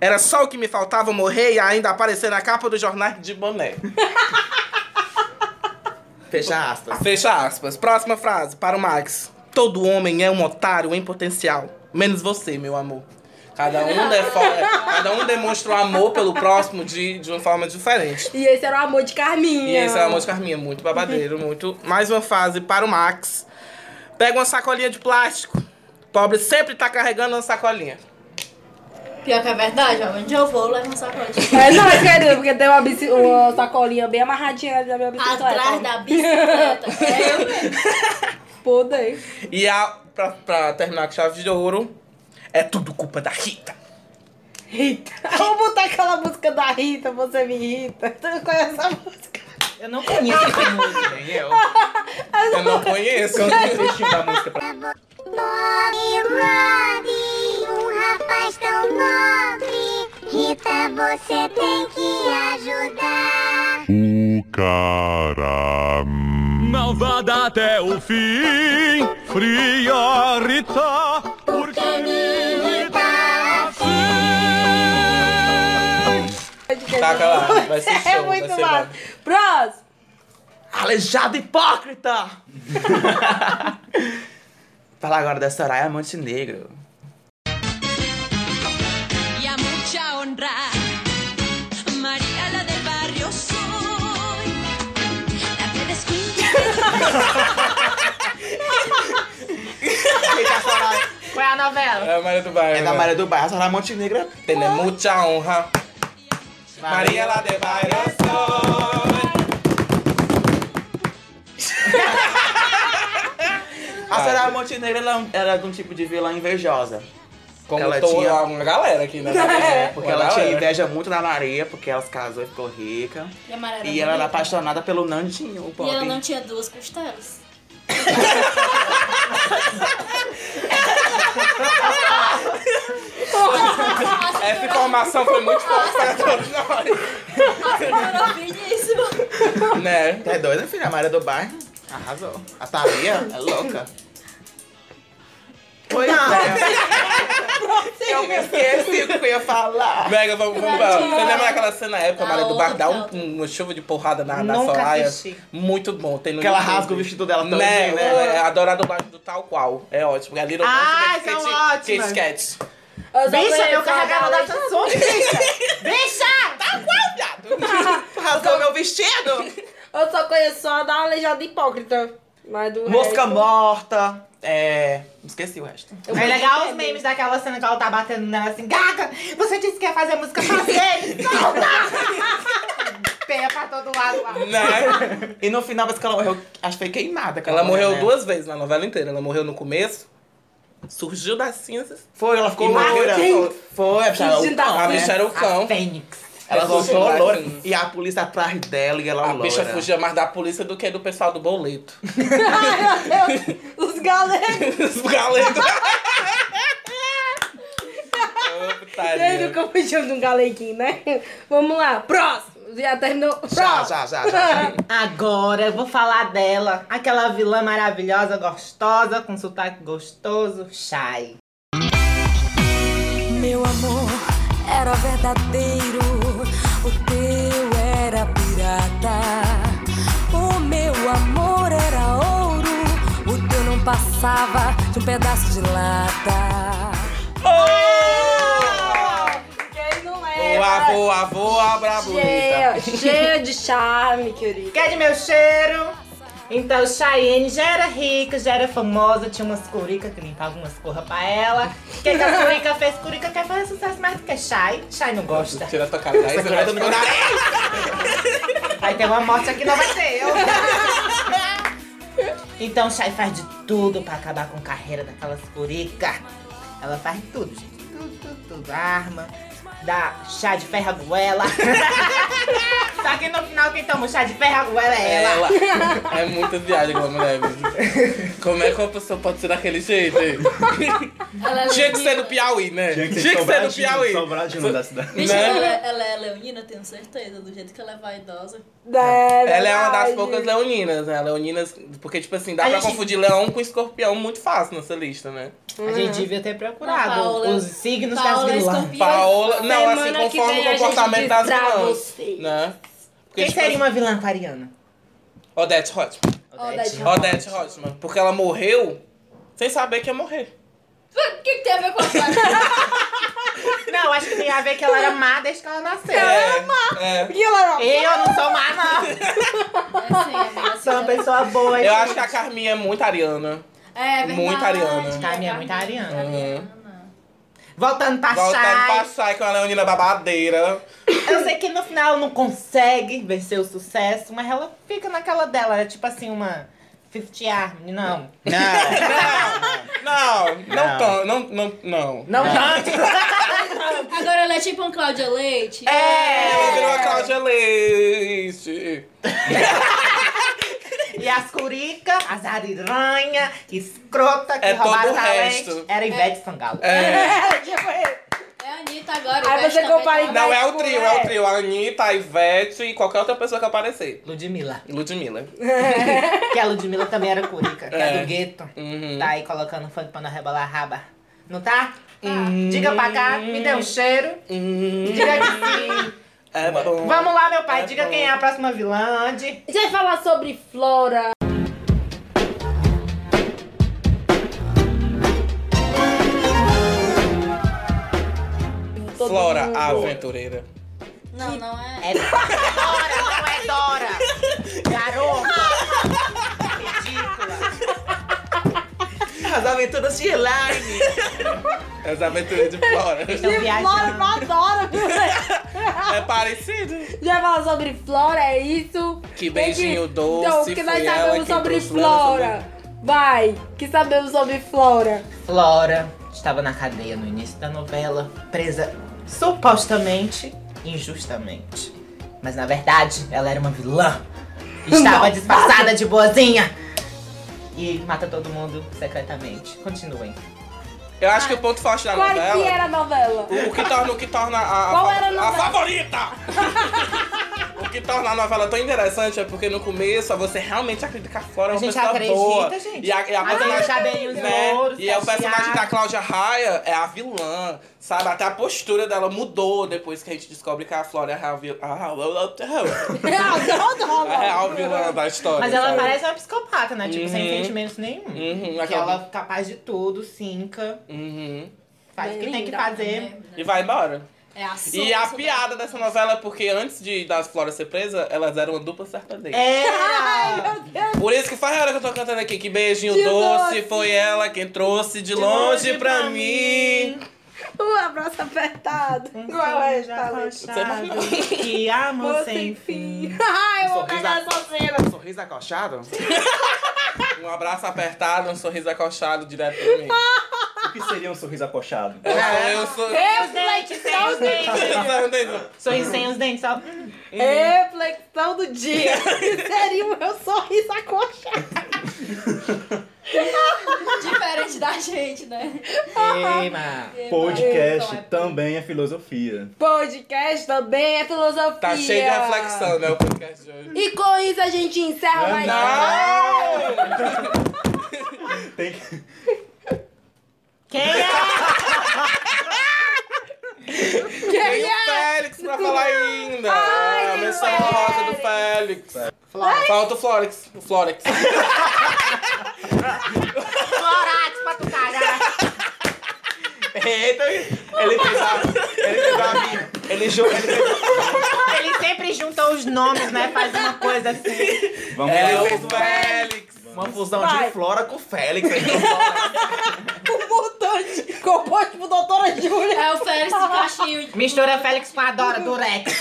Era só o que me faltava morrer e ainda aparecer na capa do jornal de boné.
(laughs) Fecha aspas.
Fecha aspas. Próxima frase para o Max. Todo homem é um otário em potencial. Menos você, meu amor. Cada um, defo- cada um demonstra o amor pelo próximo de, de uma forma diferente.
E esse era o amor de Carminha.
E esse é o amor de Carminha, muito babadeiro, muito. Mais uma fase para o Max. Pega uma sacolinha de plástico. Pobre sempre tá carregando uma sacolinha.
Pior que é verdade, ó. Onde eu vou, levo um sacode.
É, não, é querida, porque tem uma, bici- uma sacolinha bem amarradinha ali na minha bicicleta.
Atrás da
(laughs)
bicicleta. É eu mesmo.
Poder.
E a, pra, pra terminar com chave de ouro, é tudo culpa da Rita.
Rita. Vamos botar aquela música da Rita, você me irrita. Tu não conhece essa música?
Eu não conheço esse mundo.
Nem
(laughs)
eu.
Eu não conheço.
é
Tá um O cara hum. malvada até o fim, fria Rita, porque me irrita assim.
Taca lá, Tá, vai ser show,
(laughs) É
vai
muito
ser
massa.
bom.
Próximo.
Aleijado (laughs) hipócrita! Falar agora é da Soraya Montenegro.
Y a mucha honra, María la del barrio soy, la que descuida
Foi a novela.
É a Maria do Bairro.
É da
né?
Maria do Bairro, a Soraya Montenegro. é
Tiene mucha honra. Maria lá de Bairro
(laughs)
soy.
A Soraya Montenegro ela era de um tipo de vilã invejosa.
Como
Ela
tô,
tinha-
uma galera aqui, né?
Porque ela tinha
ideia.
inveja muito da Maria, porque elas casou e ficou rica.
E a Maria
é
E ela era apaixonada pelo Nandinho, o
E
pop.
ela não tinha duas costelas.
Essa informação foi muito forte pra todos nós.
Maravilhoso.
Né?
É doida, filha? A Maria do Bairro arrasou. A Thalia é louca. Pois é. Eu me esqueci o que eu ia falar.
Mega, vamos, vamos pra. Você lembra daquela cena época, a Maria do Bar dá um- uma chuva de porrada na, na
Nunca
Soraya?
assisti.
Muito bom. Tem no
Porque ela
YouTube.
rasga o vestido dela todo,
Né,
né?
né? Adorar a dublagem do tal qual. É ótimo. A Little
Ah,
Monster
são
Kate-
ótimas.
Kate Sketch.
(laughs)
Eu só
Bicha,
conheço
eu
a
carregava
Bela
da Samsung, bicha. Bicha! (laughs)
Rasgou meu vestido!
Eu só conheço só a da Aleijada Hipócrita. Mas do
Mosca
resto-
morta. É. Esqueci o resto.
É legal os memes daquela cena que ela tá batendo nela assim, Gaga, você disse que ia fazer música fazer, solta! Peia pra todo lado lá.
Né? E no final, parece que ela morreu. Acho que foi queimada. aquela
Ela morreu
mulher, né?
duas vezes na novela inteira. Ela morreu no começo, surgiu das cinzas.
Foi, ela ficou
E morreu
loira.
quem?
Foi, a bicha era
Surgiu
o
da
cão.
A bicha era o cão.
Fênix. Ela
Ela
voltou
fugiu lá,
loira.
assim.
E a polícia atrás dela e ela
A
loira.
bicha fugia mais da polícia do que do pessoal do boleto.
Os galegos.
Os galegos.
Vocês nunca fugiram de um galeguinho, né? Vamos lá, próximo. Já terminou. Próximo.
Agora eu vou falar dela. Aquela vilã maravilhosa, gostosa, com sotaque gostoso, Shai.
Meu amor era verdadeiro, o teu era pirata. O meu amor era ouro, o teu não passava de um pedaço de lata.
Quem não
É,
Boa, boa, boa,
Cheia,
brabulita.
cheia de charme, querido.
Quer de meu cheiro? Então, Cheyenne já era rica, já era famosa, tinha umas curicas que limpavam umas corra pra ela. O que, que a curica fez? Curica quer fazer sucesso mais do que Shai. Shai não gosta.
Tira a tua cara daí, você vai dormir na
Vai ter uma morte aqui, não vai ser eu. Então, Shai faz de tudo pra acabar com a carreira daquelas curicas. Ela faz tudo, gente. Tudo, tudo, tudo. Arma, dá chá de ferro à goela. (laughs) Só que no final, quem toma o chá de ferro à goela é ela.
Ela. (laughs) É muita viagem aquela mulher, bicho. Como é que uma pessoa pode ser daquele jeito?
(laughs) Ela é
Tinha que
leonina.
ser do Piauí, né?
Tinha que ser
do
Sobradinho,
Piauí.
Sobradinho da
(laughs)
cidade.
Bicha,
Né?
ela, é- ela é leonina, eu tenho certeza, do jeito que ela é vaidosa.
Ela é uma das poucas leoninas, né? Leoninas, porque, tipo assim, dá
A
pra
gente-
confundir leão com escorpião muito fácil nessa lista, né?
A gente devia ter procurado
Não, Paola-
os signos
Paola
das
é
vilãs.
escorpião.
Paola, não, assim,
Semana que
conforme
vem
o
a gente
comportamento das
destrava
vilãs,
vocês.
né? Porque,
Quem
tipo,
seria uma vilã aquariana?
Odete Rothman.
Odete
Odete Rothman. Porque ela morreu sem saber que ia morrer.
O que, que tem a ver com a sua
Não, acho que tem a ver que ela era má desde que ela nasceu.
É.
E ela não.
Eu não sou má, não. (laughs) Sou uma pessoa boa.
Eu acho que a Carminha é muito ariana.
(laughs) É verdade. Tá,
Muito ariana.
Carminha é muito ariana.
Uhum.
Voltando pra
Voltando pra
Shai.
Shai, que é uma leonina babadeira.
Eu sei que no final ela não consegue vencer o sucesso, mas ela fica naquela dela. É tipo assim, uma 50 Army. Não.
Não, não, tão- não, não, não.
Não (laughs) tanto.
Agora ela é tipo um Cláudia Leite.
Ela virou a Cláudia Leite.
E as curicas, as ariranha, escrota, que
É todo
roubaram
o
talento.
resto.
Era Ivete Sangalo.
É.
(laughs) Tipo
É a Anitta agora.
Aí
Ivete
você
também
compara
tá-
Não, é o
tipo,
trio, é o trio. A Anitta, a Ivete e qualquer outra pessoa que aparecer.
Ludmilla.
Ludmilla.
Que a Ludmilla também era curica, que é,
É.
do gueto.
Uhum.
Tá aí colocando funk pra não rebalar a raba. Não tá?
Uhum.
Diga pra cá, me dê um cheiro.
(laughs)
Diga que sim.
É bom.
Vamos lá, meu pai,
Tá
diga quem é a próxima vilã. Andy.
A gente vai falar sobre Flora.
Flora, a aventureira. um
Não, não é.
É Dora, não é Dora. (laughs) Garota. Ridícula.
As aventuras de Elaine.
As aventureiras de Flora.
Estão
(laughs) Flora,
viajando.
eu adoro. (laughs)
é parecido.
Já falar sobre Flora, é isso?
Que beijinho doce,
Então, o que nós
foi ela
sabemos
quem
sobre
trouxe Flora
Flora? Vai, que sabemos sobre Flora?
Flora estava na cadeia no início da novela, presa supostamente injustamente. Mas na verdade, ela era uma vilã. Estava disfarçada de boazinha. E mata todo mundo secretamente. Continuem.
Eu acho que o ponto forte da
Ah, Qual que
novela.
era a (laughs) novela?
O, o que torna, o que torna a, a,
Qual
fa-
era a
a
novela? (laughs)
favorita! o que torna a novela tão interessante é porque no começo você realmente acredita que a Flora é
A
uma
gente
pessoa
acredita,
boa.
gente.
E a, e a
Ah,
personagem-
cabelinhos
né?
louros,
E é
tá
o personagem
cacheado.
da Cláudia Raia é a vilã, sabe? Até a postura dela mudou depois que a gente descobre que a Flora é a real vilã. A É real vilã da história.
Mas ela
sabe?
parece uma psicopata, né? Tipo, sem
Uhum.
sentimentos nenhum.
Uhum,
Que
aquela...
ela é capaz de tudo, cinca,
Uhum.
faz o que tem que
Linda,
fazer.
E vai embora.
É a sua.
E a piada dessa novela é porque antes de das Flora ser presa, elas eram uma dupla sertaneja.
Ai,
meu Deus.
Por isso que faz hora que eu tô cantando aqui, que beijinho
De
doce,
doce.
foi ela quem trouxe de, longe, pra, mim.
Um abraço apertado. Igual é, já
tá
E amor
é
sem
(laughs) fim. Ai, eu vou pegar essa cena.
Sorriso acochado?
Um abraço apertado, um sorriso acochado direto pra mim.
O que seria um sorriso acochado?
É, eu sou.
Reflexão do dia. Sorriso sem os dentes, só.
É. Reflexão do dia.
Seria o meu sorriso acochado.
Diferente da
(laughs)
gente, né?
Podcast
então
também é filosofia.
Podcast também é filosofia.
Tá cheio de reflexão, né? O podcast de hoje.
E com isso a gente encerra mais.
Quem é?
Tem
Quem
o
(laughs)
é?
Félix pra falar ainda.
Ai,
a
tem o
menção honrosa do Félix. Falta o Florex. O Florex.
Florax pra tu cagar.
(laughs)
Eita, ele fez a. Ele fez a minha. Ele jogou.
Ele sempre junta os nomes, né? Faz uma coisa assim.
Vamos
É
lá.
o
Ele fez Félix. Uma fusão
Vai.
de Flora com Félix.
O É um mutante composto por doutora Júlia.
É o Félix do Caixinho.
Mistura Félix com a Dora, Durex.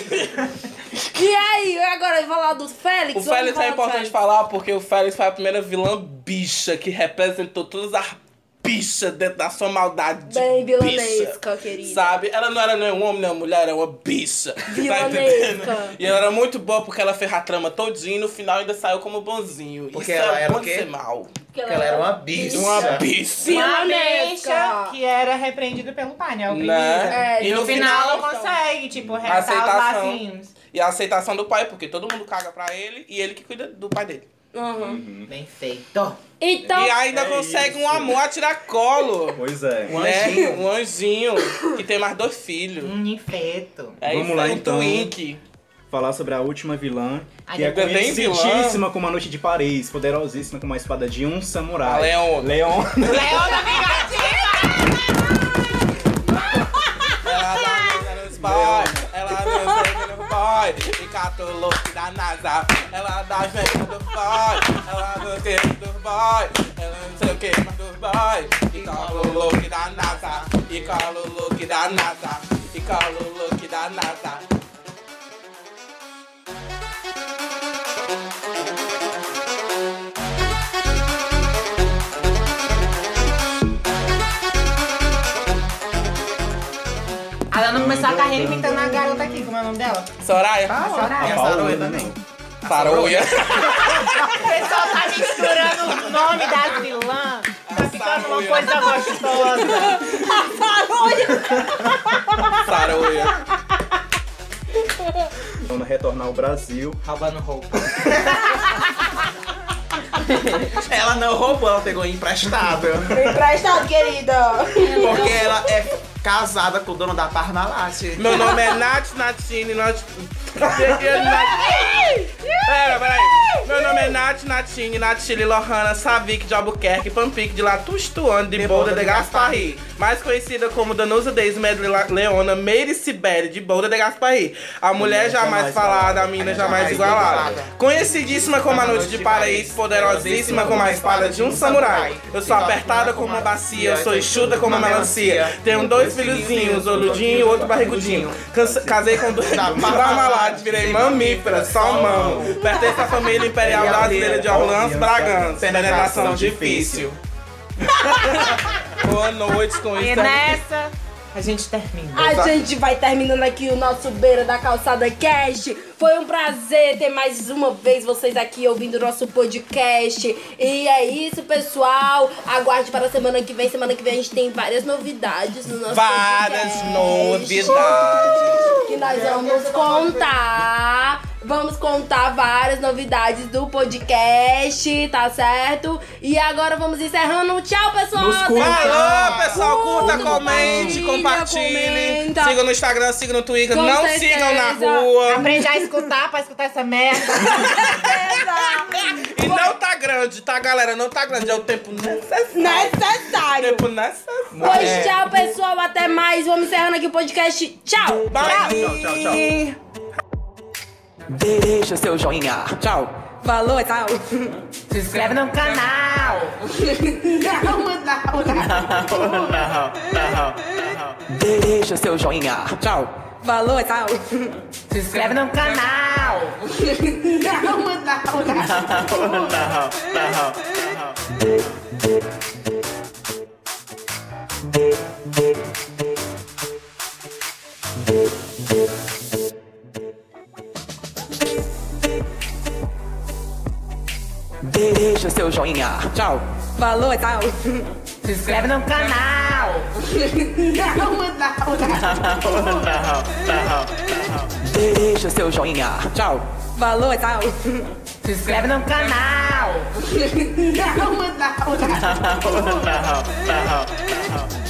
E aí, agora eu vou falar do Félix.
O
vamos
Félix
falar
é
do
importante falar porque o Félix foi a primeira vilã bicha que representou todas as bichas dentro da sua maldade. de
Bem
bicha.
vilanesca, querida.
Sabe? Ela não era nem um homem, nem uma mulher, era uma bicha. Tá
Vilanesca.
entendendo? E ela era muito boa porque ela fez a trama todinha e no final ainda saiu como bonzinho.
Porque
Isso
ela
é
era o
muito
quê?
ser mal.
Porque ela era uma bicha.
Uma bicha.
Uma
Vilanesca.
bicha que era repreendida pelo pai, né? O
Né?
Preguiça.
É,
e no,
no
final,
final,
ela consegue, tipo, restar os
aceitação.
lacinhos.
E a aceitação do pai, porque todo mundo caga pra ele e ele que cuida do pai dele.
Uhum.
Bem feito.
Então,
e ainda
é
consegue um
isso.
amor a tirar colo.
Pois é.
Né?
Um
anjinho.
Um anjinho que tem mais dois filhos.
Um infeto.
É
Vamos
isso,
lá,
é um
então.
Twink.
Falar sobre a última vilã, que é
ainda tem vilã?
conhecidíssima como a Noite de Paris, poderosíssima como a espada de um
A
samurai.
Leon. (laughs)
Leon.
Leona Vingativa!
Ela dá nos boy, ela dança nos boy, e cata o louco da NASA. Ela dá as mãos dos boy, ela dança dos boy, ela não sei o que, mas dos boy. E cola o look da NASA, e cola o look da NASA, e cola o look da NASA.
A Leona começou a carreira imitando a garota aqui, como é o nome dela?
Soraya?
Ah,
Soraya.
a Saroia também.
Saroia?
tá O pessoal tá misturando o nome das vilãs. Tá ficando uma
Saroia.
coisa gostosa.
Saroia.
Quando retornar ao Brasil,
Roubando roupa.
Ela não roubou, ela pegou emprestado.
Emprestado, querida.
Porque ela é casada com o dono da Parmalat.
Meu nome é Nath Natine, Nath... Pera, peraí. Meu nome é Nath Natine, Natile Lohana, Savik de Albuquerque, Pampique de La Tustuane, de Boulder de Gasparri. Mais conhecida como Danusa Deis Medley La- Leona Meire Sibeli, de Boulder de Gasparri. A mulher jamais falada, a mina jamais igualada. Conhecidíssima como a Noite de Paris, poderosíssima como a espada de um samurai. Eu sou apertada como uma bacia, eu sou enxuda como uma melancia. Tenho dois filhozinhos, olhudinho e outro barrigudinho. Canse- Casei com dois da Parmalat, virei mamífera, salmão. Pertenço à família imperial brasileira de Orlando Bragança. Penetração difícil. (laughs) Boa noite com
E
isso.
né?
aí.
nessa, a gente termina.
A gente vai terminando aqui o nosso Beira da Calçada Cast. Foi um prazer ter mais uma vez vocês aqui ouvindo o nosso podcast. E é isso, pessoal. Aguarde para a semana que vem. Semana que vem a gente tem várias novidades no nosso
Várias
podcast.
novidades.
Que nós vamos contar. Vamos contar várias novidades do podcast, tá certo? E agora vamos encerrando. Tchau, pessoal!
Nos
Até
curta.
mais.
Falou, pessoal. Curta,
Curta,
comente, compartilhe.
Uh, comenta.
Sigam no Instagram, sigam no Twitter.
Com
Não
certeza.
sigam na rua.
Aprende a escutar pra escutar essa merda.
E não tá grande, tá, galera? Não tá grande, é o tempo necessário.
é Necessário.
Tempo necessário. é.
Pois tchau, pessoal. Até mais. Vamos encerrando aqui o podcast. Tchau.
Tchau, tchau, tchau.
Deixa seu joinha. Tchau.
Falou, tchau.
Se inscreve no canal. não, não, não.
Não, não. Deixa seu joinha. Tchau.
Falou, tchau.
Se inscreve no canal. não, não,
Não,
não.
não, não. Deixa seu joinha. Tchau.
Falou, tchau.
Se inscreve no canal. não, não, não.
Deixa seu joinha. Tchau.
Falou, tchau.
Se inscreve no canal. não, não, não.
Não, não, não.